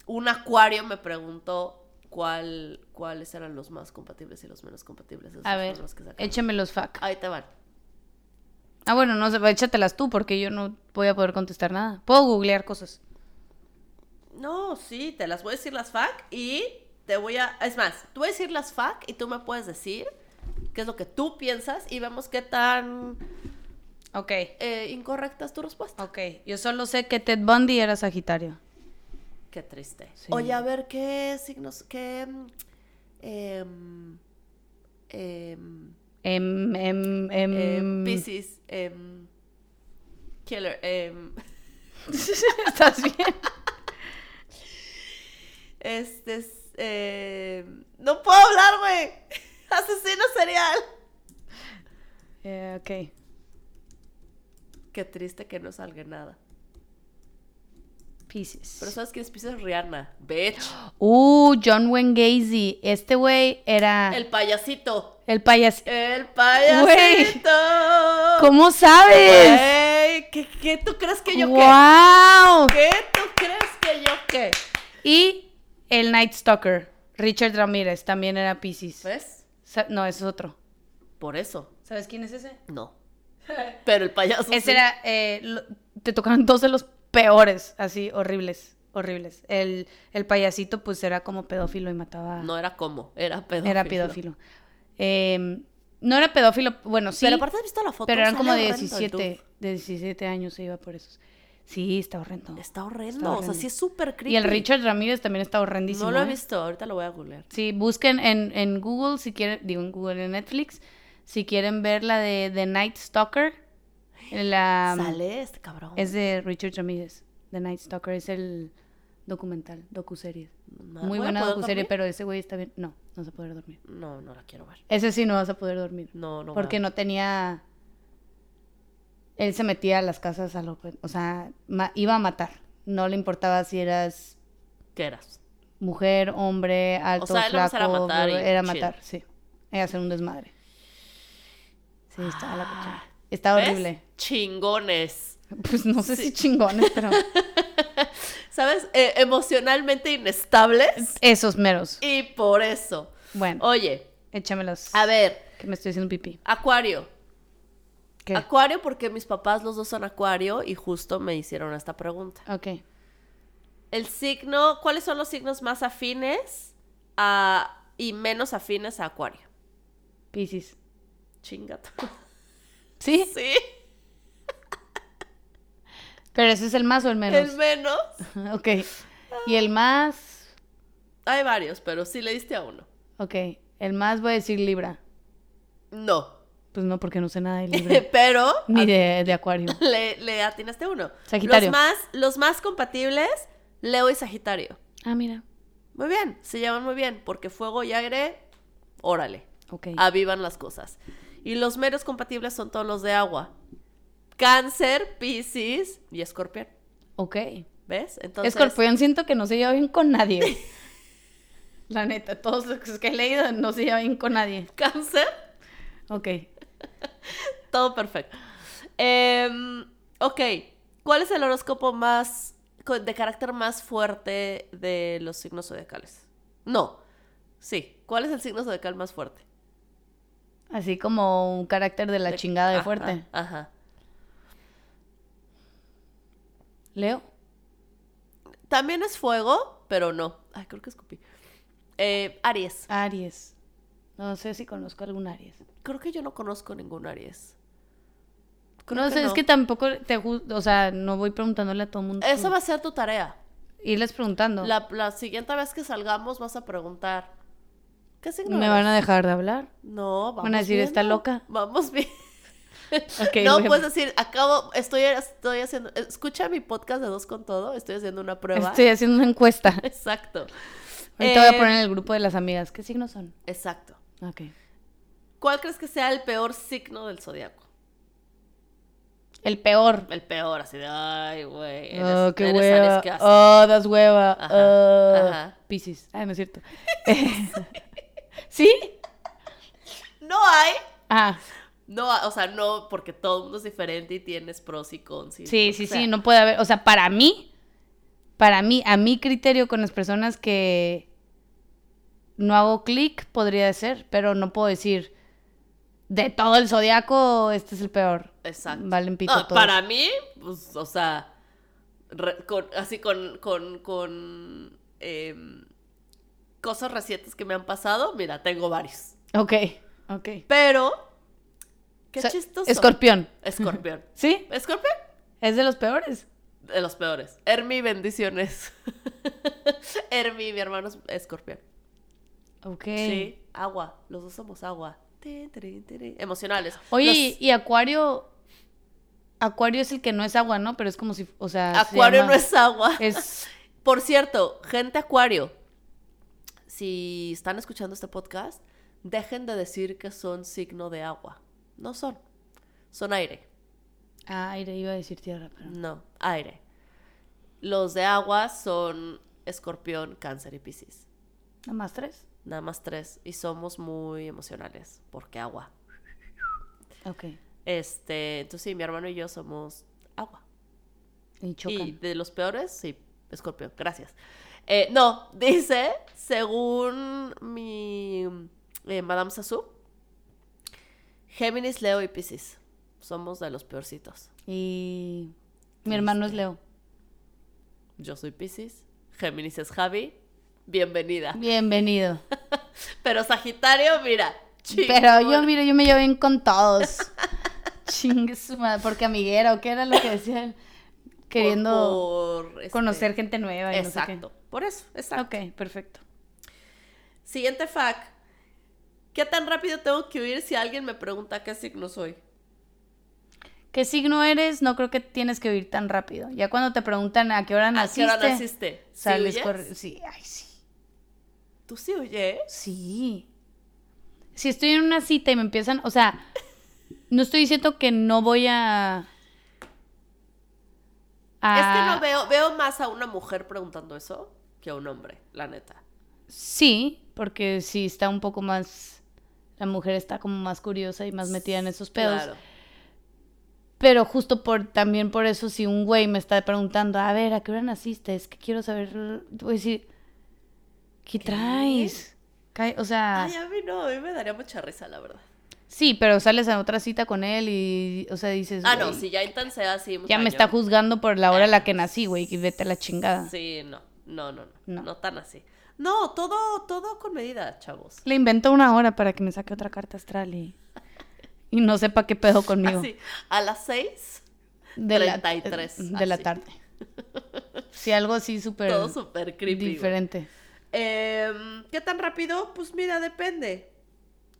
S2: un acuario me preguntó cuál, cuáles eran los más compatibles y los menos compatibles. Esos
S3: A
S2: son
S3: ver,
S2: los que sacaron.
S3: échame los fac.
S2: Ahí te van.
S3: Ah, bueno, no sé, échatelas tú porque yo no voy a poder contestar nada. Puedo googlear cosas.
S2: No, sí, te las voy a decir las FAC y te voy a... Es más, tú voy a decir las FAC y tú me puedes decir qué es lo que tú piensas y vemos qué tan
S3: Ok,
S2: eh, incorrecta es tu respuesta.
S3: ok. Yo solo sé que Ted Bundy era Sagitario.
S2: Qué triste.
S3: Sí.
S2: Oye, a ver, ¿qué signos, qué... mm, em, em,
S3: Em, em, em,
S2: em, Piscis, em, Killer, em,
S3: ¿Estás bien?
S2: este es... em, no puedo hablar, güey. Asesino serial.
S3: Eh, ok.
S2: Qué triste que no salga nada.
S3: Pisces.
S2: Pero sabes que es Pisces Rihanna, bitch.
S3: Uh, John Wayne Gacy. Este güey era
S2: El
S3: el,
S2: payasito.
S3: payaso.
S2: El payasito.
S3: ¿Cómo sabes?
S2: Güey, ¿qué, qué tú crees que yo
S3: ¡Wow!
S2: qué? ¿Qué tú crees que yo qué?
S3: Y el Night Stalker, Richard Ramírez, también era Pisces.
S2: ¿Ves?
S3: Sa- No, ese es otro.
S2: Por eso.
S3: ¿Sabes quién es ese?
S2: No. Pero el payaso.
S3: Ese
S2: sí.
S3: era. eh, lo- te tocaron dos de los peores, así, horribles. Horribles. El, el payasito, pues era como pedófilo y mataba.
S2: No era como, era pedófilo.
S3: era pedófilo. Eh, no era pedófilo, bueno, sí.
S2: Pero aparte has visto la foto.
S3: Pero eran
S2: Sale
S3: como de
S2: horrendo el
S3: 17, de 17 años se iba por esos. Sí, está horrendo.
S2: dude. Está horrendo.
S3: Está
S2: O sea,
S3: horrendo.
S2: sí es súper creepy.
S3: Y el Richard Ramírez también está horrendísimo.
S2: No lo he
S3: ¿eh?
S2: visto, ahorita lo voy a googlear.
S3: Sí, busquen en, en Google, si quieren, digo en Google, en Netflix, si quieren ver la de The Night Stalker. La,
S2: Sale este cabrón.
S3: Es de Richard Ramírez. The Night Stalker es el documental, docuserie.
S2: Ma- Ah,
S3: Muy
S2: ¿voy a
S3: buena
S2: poder
S3: docuserie,
S2: dormir?
S3: pero ese güey está bien. No, no vas a poder dormir.
S2: No, no la quiero ver.
S3: Ese sí no vas a poder dormir.
S2: No, no.
S3: Porque no tenía. Él se metía a las casas a lo. O sea, ma- iba a matar. No le importaba si eras
S2: ¿Qué eras?
S3: mujer, hombre, alto,
S2: sea, él nomás
S3: flaco.
S2: era matar y
S3: bla, bla, era
S2: chill.
S3: matar, sí. Era hacer un desmadre. Sí, estaba la cochina. Estaba
S2: Ah, ¿Ves?
S3: horrible.
S2: Chingones.
S3: Pues no sé si chingones, pero.
S2: ¿Sabes? Eh, emocionalmente inestables.
S3: Esos meros.
S2: Y por eso.
S3: Bueno,
S2: Oye,
S3: échamelos.
S2: a ver,
S3: Que me estoy haciendo pipí.
S2: Acuario.
S3: ¿Qué?
S2: Acuario porque mis papás los dos son Acuario y justo me hicieron esta pregunta.
S3: Ok.
S2: El signo, ¿cuáles son los signos más afines a, y menos afines a Acuario?
S3: Pisces.
S2: Chingato.
S3: ¿Sí?
S2: Sí,
S3: Pero ese es el más o el menos.
S2: el menos.
S3: ok. Y el más.
S2: Hay varios, pero sí le diste a uno.
S3: Ok, el más voy a decir Libra.
S2: No.
S3: Pues no, porque no sé nada de Libra.
S2: pero
S3: ni de, de Acuario.
S2: le, le atinaste uno.
S3: Sagitario.
S2: Los más, los más compatibles, Leo y Sagitario.
S3: Ah, mira.
S2: Muy bien, se llevan muy bien, porque fuego y aire, órale,
S3: Ok.
S2: avivan las cosas. Y los meros compatibles son todos los de agua. Cáncer, Piscis y Escorpión.
S3: Ok.
S2: ¿Ves? Entonces,
S3: Escorpión siento que no se lleva bien con nadie. La neta, todos los que he leído no se lleva bien con nadie.
S2: Cáncer,
S3: Ok.
S2: todo perfecto. Em, ok, ¿cuál es el horóscopo más co- de carácter más fuerte de los signos zodiacales? No, sí. ¿Cuál es el signo zodiacal más fuerte?
S3: Así como un carácter de la chingada de
S2: Ajá,
S3: fuerte.
S2: Ajá.
S3: Leo.
S2: También es fuego, pero no. Ay, creo que escupí. Eh, Aries.
S3: Aries. No sé si conozco algún Aries.
S2: Creo que yo no conozco ningún Aries. Creo
S3: No
S2: que
S3: sé, es
S2: no.
S3: que mm. tampoco te ju- O sea, no voy preguntándole a todo el mundo.
S2: Esa va a ser tu tarea.
S3: Irles preguntando.
S2: La, la siguiente vez que salgamos vas a preguntar. ¿Qué signo
S3: ¿Me
S2: eres?
S3: van a dejar de hablar?
S2: No, vamos
S3: van a decir, "Está
S2: viendo,
S3: loca".
S2: Vamos bien.
S3: Ok,
S2: no
S3: voy a-
S2: puedes decir, acabo, estoy, estoy haciendo, escucha mi podcast de dos con todo, estoy haciendo una prueba.
S3: Estoy haciendo una encuesta.
S2: Exacto.
S3: Ahorita voy
S2: Eh,
S3: a poner en el grupo de las amigas. ¿Qué signos son?
S2: Exacto.
S3: Ok.
S2: ¿Cuál crees que sea el peor signo del zodiaco?
S3: El peor.
S2: El peor, así de, ay, güey. eres-
S3: Oh, qué
S2: eres
S3: hueva.
S2: Ares Castro.
S3: Oh, das hueva.
S2: Ajá,
S3: Oh,
S2: ajá.
S3: Piscis. Ay, no es cierto. Eh, ¿Sí?
S2: No hay.
S3: Ah,
S2: No, hay- o sea, no, porque todo el mundo es diferente y tienes pros y cons. y
S3: sí,
S2: lo
S3: sí,
S2: que
S3: sí,
S2: sea.
S3: no puede haber. O sea, para mí, para mí, a mi criterio con las personas que no hago clic, podría ser, pero no puedo decir de todo el zodiaco, este es el peor.
S2: Exacto.
S3: Valen pito
S2: No,
S3: todos.
S2: para mí, pues, o sea, re- con- así con, con, con em, cosas recientes que me han pasado, mira, tengo varios.
S3: Ok, ok.
S2: Pero, qué
S3: O sea,
S2: chistoso.
S3: Escorpión.
S2: Escorpión.
S3: ¿Sí?
S2: Escorpión,
S3: Es de los peores.
S2: de los peores. Er, Hermi, bendiciones. Hermi, Er, mi hermano es escorpión.
S3: Ok.
S2: Sí, agua. Los dos somos agua. Tin, tirin, tirin. Emocionales.
S3: Oye,
S2: Los-
S3: y- y Acuario. Acuario es el que no es agua, ¿no? Pero es como si. O sea. se
S2: Acuario
S3: llama-
S2: no es agua.
S3: Es.
S2: Por cierto, gente Acuario, si están escuchando este podcast, dejen de decir que son signo de agua. No son. Son aire.
S3: Aire, iba a decir tierra, pero. no.
S2: No, aire. Los de agua son escorpión, cáncer y piscis.
S3: Nada más tres.
S2: Nada más tres. Y somos muy emocionales, porque agua.
S3: Ok.
S2: Este, entonces sí, mi hermano y yo somos agua.
S3: Y
S2: Y
S3: chocan.
S2: de los peores, sí, Escorpio, gracias. Eh, no, dice, según mi eh, Madame Sassou, Géminis, Leo y Pisces. Somos de los peorcitos.
S3: Y. Mi hermano es Leo.
S2: Yo soy Pisces, Géminis es Javi, bienvenida.
S3: Este. Bienvenido.
S2: Pero Sagitario, mira.
S3: Pero yo,
S2: chingón.
S3: mira, yo me llevo bien con todos. Chingue su madre. Porque amiguero, ¿qué era lo que decía él? Queriendo
S2: Por- por, este,
S3: conocer gente nueva. Y
S2: Exacto,
S3: No sé
S2: por eso,
S3: qué.
S2: exacto.
S3: Ok, perfecto.
S2: Siguiente fact. ¿Qué tan rápido tengo que huir si alguien me pregunta qué signo soy?
S3: ¿Qué signo eres? No creo que tienes que huir tan rápido. Ya cuando te preguntan a qué hora
S2: ¿A
S3: naciste,
S2: qué hora naciste? ¿Sí
S3: sales
S2: huyes?
S3: corri- Sí, ay, sí.
S2: ¿Tú sí huyes?
S3: Sí. Si estoy en una cita y me empiezan, o sea, no estoy diciendo que no voy a.
S2: Es que
S3: a-
S2: no veo, veo más a una mujer preguntando eso que a un hombre, la neta.
S3: Sí, porque sí está un poco más. La mujer está como más curiosa y más metida en esos pedos.
S2: Claro.
S3: Pero justo por también por eso, si un güey me está preguntando, a ver, ¿a qué hora naciste? Es que quiero saber. Voy a decir, ¿qué, traes? Ca- O sea,
S2: Ay, a mí no, a mí me daría mucha risa, la verdad.
S3: sí, pero sales a otra cita con él y, o sea, dices,
S2: Ah, no,
S3: "Güey,
S2: si ya intensea así.
S3: ya me está
S2: cañón.
S3: juzgando por la hora en la que nací, güey, que vete a la chingada.
S2: Sí, no, no, no, no,
S3: No.
S2: no. tan así. No, todo, todo con medida, chavos.
S3: Le invento una hora para que me saque otra carta astral y, y no sepa qué pedo conmigo.
S2: Así, a las seis,
S3: de la, eh,
S2: 33,
S3: de la
S2: así.
S3: tarde. Sí, algo así súper
S2: todo súper creepy. güey.
S3: diferente.
S2: Em, ¿Qué tan rápido? Pues mira, depende.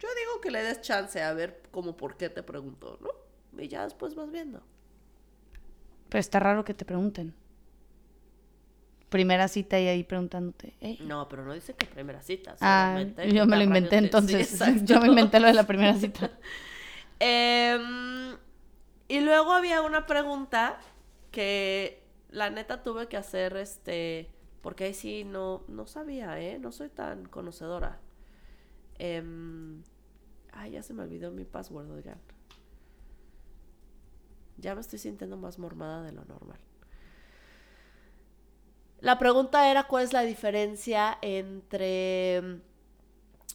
S2: Yo digo que le des chance a ver como por qué te preguntó, ¿no? Y ya después vas viendo.
S3: Pero está raro que te pregunten. Primera cita y ahí preguntándote. "Ey".
S2: No, pero no dice que primera cita.
S3: ah,
S2: solamente que
S3: yo me
S2: tan
S3: lo inventé
S2: rápido te- sí,
S3: entonces.
S2: exacto.
S3: yo me inventé lo de la primera cita.
S2: Em, y luego había una pregunta que la neta tuve que hacer, este, porque ahí sí no, no sabía, ¿eh? No soy tan conocedora. Em, ay, ya se me olvidó mi password, oigan. Ya me estoy sintiendo más mormada de lo normal. La pregunta era cuál es la diferencia entre em,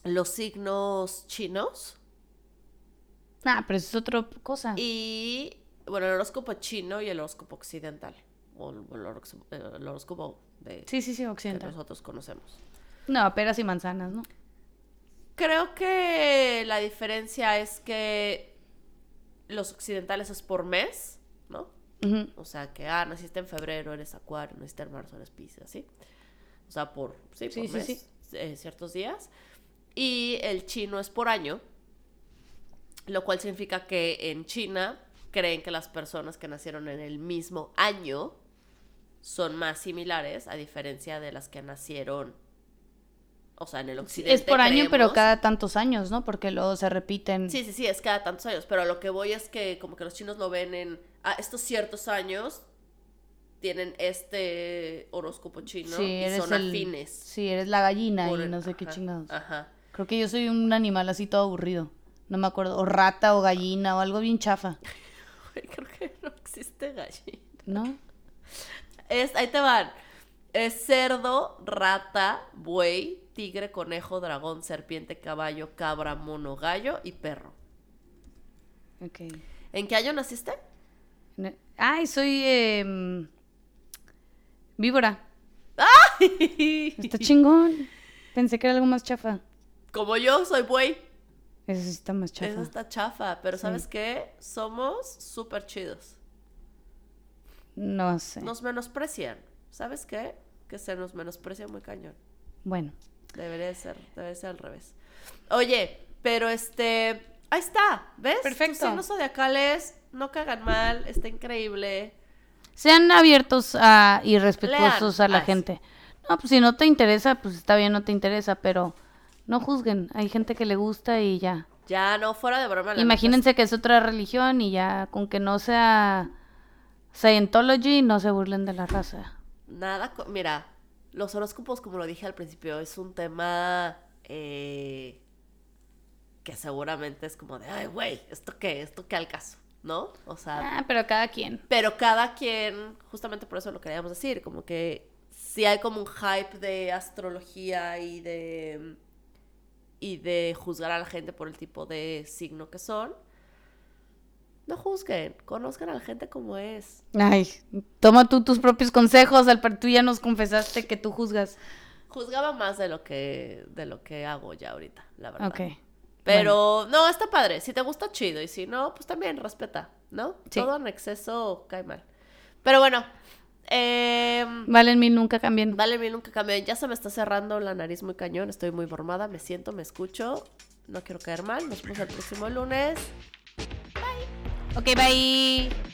S2: los signos chinos
S3: Ah, pero eso es otra cosa.
S2: y, bueno, el horóscopo chino y el horóscopo occidental. O el, o el horóscopo- el horóscopo de,
S3: Sí, sí, sí,
S2: que
S3: occidental.
S2: nosotros conocemos.
S3: No, peras y manzanas, ¿no?
S2: Creo que la diferencia es que los occidentales es por mes, ¿no?
S3: Ujú.
S2: O sea, que, ah, naciste en febrero, eres acuario, naciste en marzo, eres piscis, ¿sí? O sea, por, sí,
S3: Sí,
S2: por
S3: sí,
S2: mes, eh, ciertos días. Y el chino es por año, lo cual significa que en China creen que las personas que nacieron en el mismo año son más similares, a diferencia de las que nacieron, o sea, en el
S3: Sí,
S2: occidente.
S3: Es por año, pero
S2: creemos-
S3: cada tantos años, ¿no? Porque luego se repiten.
S2: Sí, sí, sí, es cada tantos años, pero a lo que voy es que como que los chinos lo ven en, a estos ciertos años tienen este horóscopo chino
S3: Sí,
S2: y
S3: eres
S2: son
S3: el-
S2: afines.
S3: Sí, eres la gallina
S2: por
S3: y
S2: el-
S3: no sé qué
S2: ajá,
S3: chingados.
S2: Ajá.
S3: Creo que yo soy un animal así todo aburrido. No me acuerdo. O rata o gallina o algo bien chafa.
S2: Güey, Creo que no existe gallina.
S3: ¿No?
S2: Es, ahí te van. Es cerdo, rata, buey, tigre, conejo, dragón, serpiente, caballo, cabra, mono, gallo y perro.
S3: Ok.
S2: ¿En qué año naciste?
S3: Ne- Ay, soy em, víbora. Está chingón. Pensé que era algo más chafa.
S2: Como yo, soy buey.
S3: Eso sí está más chafa.
S2: Eso está chafa, pero
S3: Sí.
S2: ¿sabes qué? Somos súper chidos.
S3: No sé.
S2: Nos menosprecian. ¿Sabes qué? Que se nos menosprecia muy cañón.
S3: Bueno.
S2: Debería de ser, debería de ser al revés. Oye, pero este, ahí está, ¿ves?
S3: Perfecto.
S2: Tus signos zodiacales no cagan mal, está increíble.
S3: Sean abiertos a, y respetuosos
S2: Lean.
S3: a la
S2: Ah, sí.
S3: gente. No, pues si no te interesa, pues está bien, no te interesa, pero no juzguen. Hay gente que le gusta y ya.
S2: Ya, no, fuera de broma. la
S3: Imagínense que es otra religión y ya, con que no sea Scientology, no se burlen de la raza.
S2: neta, Nada, co- mira, los horóscopos, como lo dije al principio, es un tema eh, que seguramente es como de, ay, güey, ¿esto qué? ¿Esto qué al caso? ¿No? O sea,
S3: Ah, pero cada quien.
S2: Pero cada quien, justamente por eso lo queríamos decir, como que si hay como un hype de astrología y de y de juzgar a la gente por el tipo de signo que son. No juzguen, conozcan a la gente como es.
S3: Ay, toma tú tus propios consejos, al par- tú ya nos confesaste que tú juzgas.
S2: Juzgaba más de lo que de lo que hago ya ahorita, la verdad.
S3: Ok.
S2: Pero no, está padre. Si te gusta, chido. Y si no, pues también respeta, ¿no?
S3: Sí.
S2: Todo en exceso cae mal. Pero bueno, em,
S3: Valen mil, nunca cambien.
S2: Vale, bien, nunca cambié. Ya se me está cerrando la nariz muy cañón. Estoy muy formada. Me siento, me escucho. No quiero caer mal. Nos vemos el próximo lunes.
S3: Ok, bye.